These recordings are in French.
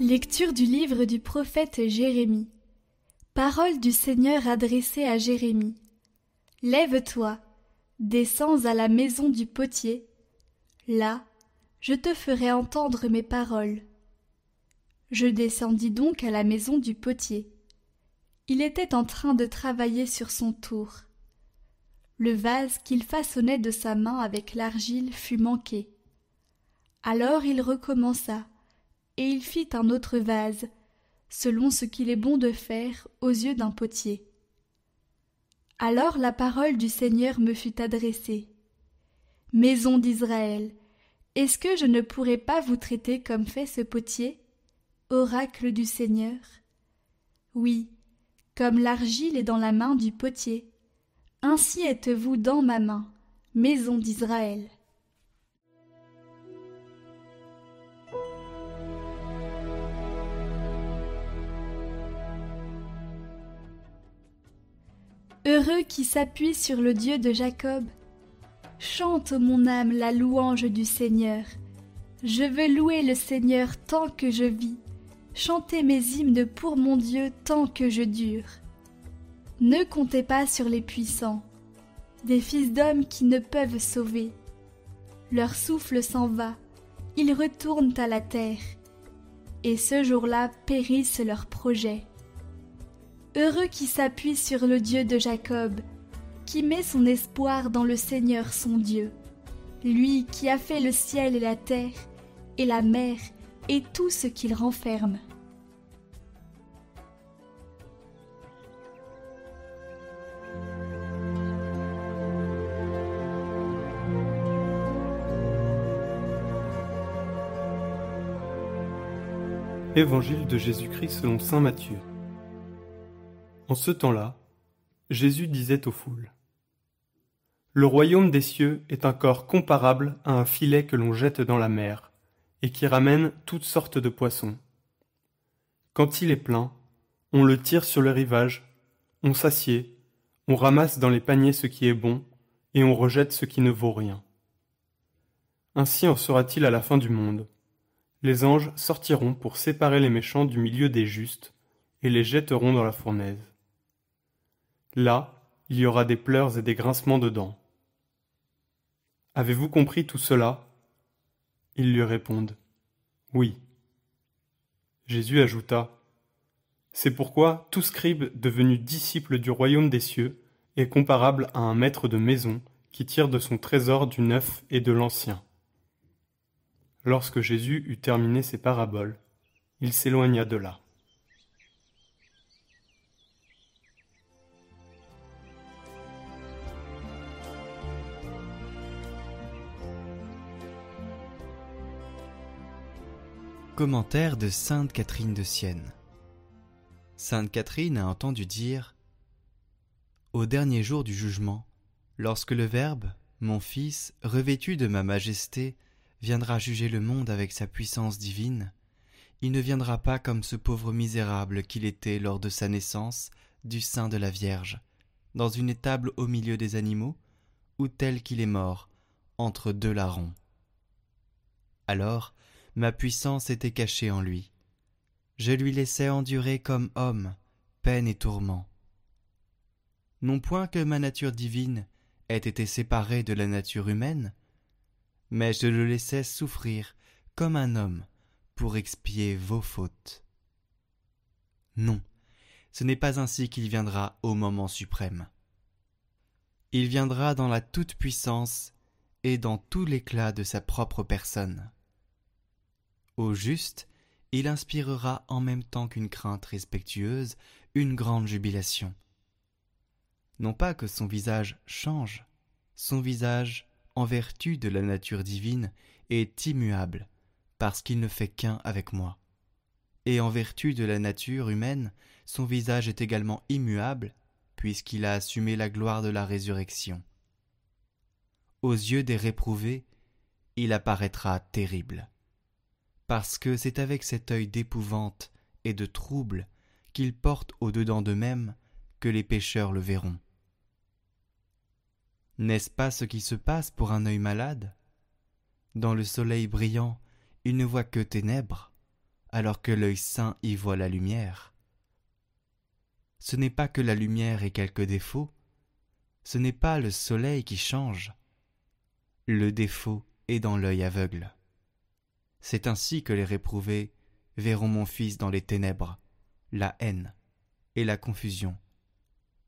Lecture du livre du prophète Jérémie. Parole du Seigneur adressée à Jérémie. Lève-toi, descends à la maison du potier. Là, je te ferai entendre mes paroles. Je descendis donc à la maison du potier. Il était en train de travailler sur son tour. Le vase qu'il façonnait de sa main avec l'argile fut manqué. Alors il recommença, et il fit un autre vase, selon ce qu'il est bon de faire aux yeux d'un potier. Alors la parole du Seigneur me fut adressée. Maison d'Israël, est-ce que je ne pourrais pas vous traiter comme fait ce potier Oracle du Seigneur. Oui, comme l'argile est dans la main du potier, ainsi êtes-vous dans ma main, maison d'Israël. Heureux qui s'appuie sur le Dieu de Jacob. Chante, mon âme, la louange du Seigneur. Je veux louer le Seigneur tant que je vis, chanter mes hymnes pour mon Dieu tant que je dure. Ne comptez pas sur les puissants, des fils d'hommes qui ne peuvent sauver. Leur souffle s'en va, ils retournent à la terre, et ce jour-là périssent leurs projets. Heureux qui s'appuie sur le Dieu de Jacob, qui met son espoir dans le Seigneur son Dieu, lui qui a fait le ciel et la terre, et la mer, et tout ce qu'il renferme. Évangile de Jésus-Christ selon Saint Matthieu. En ce temps-là, Jésus disait aux foules Le royaume des cieux est un corps comparable à un filet que l'on jette dans la mer et qui ramène toutes sortes de poissons. Quand il est plein, on le tire sur le rivage, on s'assied, on ramasse dans les paniers ce qui est bon et on rejette ce qui ne vaut rien. Ainsi en sera-t-il à la fin du monde. Les anges sortiront pour séparer les méchants du milieu des justes et les jetteront dans la fournaise. Là, il y aura des pleurs et des grincements de dents. Avez-vous compris tout cela Ils lui répondent Oui. Jésus ajouta C'est pourquoi tout scribe devenu disciple du royaume des cieux est comparable à un maître de maison qui tire de son trésor du neuf et de l'ancien. Lorsque Jésus eut terminé ses paraboles, il s'éloigna de là. Commentaire de Sainte Catherine de Sienne. Sainte Catherine a entendu dire Au dernier jour du jugement, lorsque le Verbe, mon Fils, revêtu de ma majesté, viendra juger le monde avec sa puissance divine, il ne viendra pas comme ce pauvre misérable qu'il était lors de sa naissance du sein de la Vierge, dans une étable au milieu des animaux, ou tel qu'il est mort, entre deux larrons. Alors, ma puissance était cachée en lui. Je lui laissais endurer comme homme peine et tourments. Non point que ma nature divine ait été séparée de la nature humaine, mais je le laissais souffrir comme un homme pour expier vos fautes. Non, ce n'est pas ainsi qu'il viendra au moment suprême. Il viendra dans la toute-puissance et dans tout l'éclat de sa propre personne. Au juste, il inspirera en même temps qu'une crainte respectueuse une grande jubilation. Non pas que son visage change, son visage, en vertu de la nature divine, est immuable, parce qu'il ne fait qu'un avec moi. Et en vertu de la nature humaine, son visage est également immuable, puisqu'il a assumé la gloire de la résurrection. Aux yeux des réprouvés, il apparaîtra terrible parce que c'est avec cet œil d'épouvante et de trouble qu'ils portent au dedans d'eux-mêmes que les pécheurs le verront. N'est-ce pas ce qui se passe pour un œil malade Dans le soleil brillant, il ne voit que ténèbres, alors que l'œil saint y voit la lumière. Ce n'est pas que la lumière ait quelques défauts, ce n'est pas le soleil qui change, le défaut est dans l'œil aveugle. C'est ainsi que les réprouvés verront mon Fils dans les ténèbres, la haine et la confusion.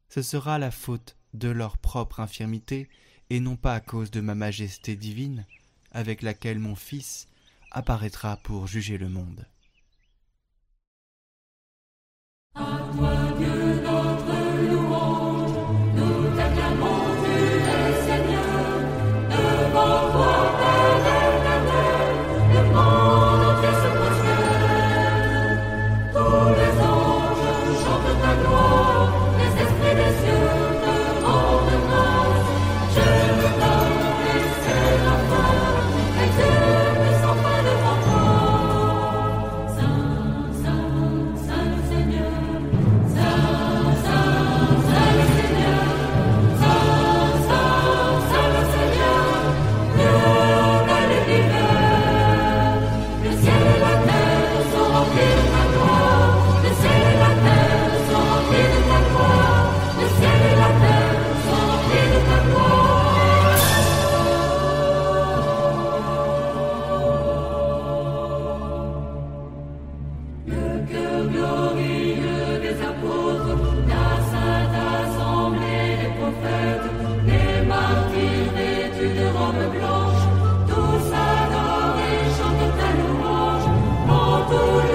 Ce sera la faute de leur propre infirmité et non pas à cause de ma majesté divine avec laquelle mon Fils apparaîtra pour juger le monde. À toi Dieu notre louange, nous t'acclamons tu es Seigneur, devant toi ta le monde entier se prosterne. Tous les anges chantent ta gloire, les esprits des cieux te rendent grâce. Je me donne les séraphins, les yeux sans fin devant toi. Saint, Saint, Saint Seigneur, Saint, Saint, Saint le Seigneur, Saint, Saint, Saint le Seigneur, Dieu de l'univers. Le ciel et la terre sont remplis de ta gloire, le ciel et la terre sont remplis de ta gloire, le ciel et la terre sont remplis de ta gloire. Le cœur glorieux des apôtres, la sainte assemblée des prophètes, des martyrs vêtus de robes blanches, tous adorent et chantent ta louange en tout le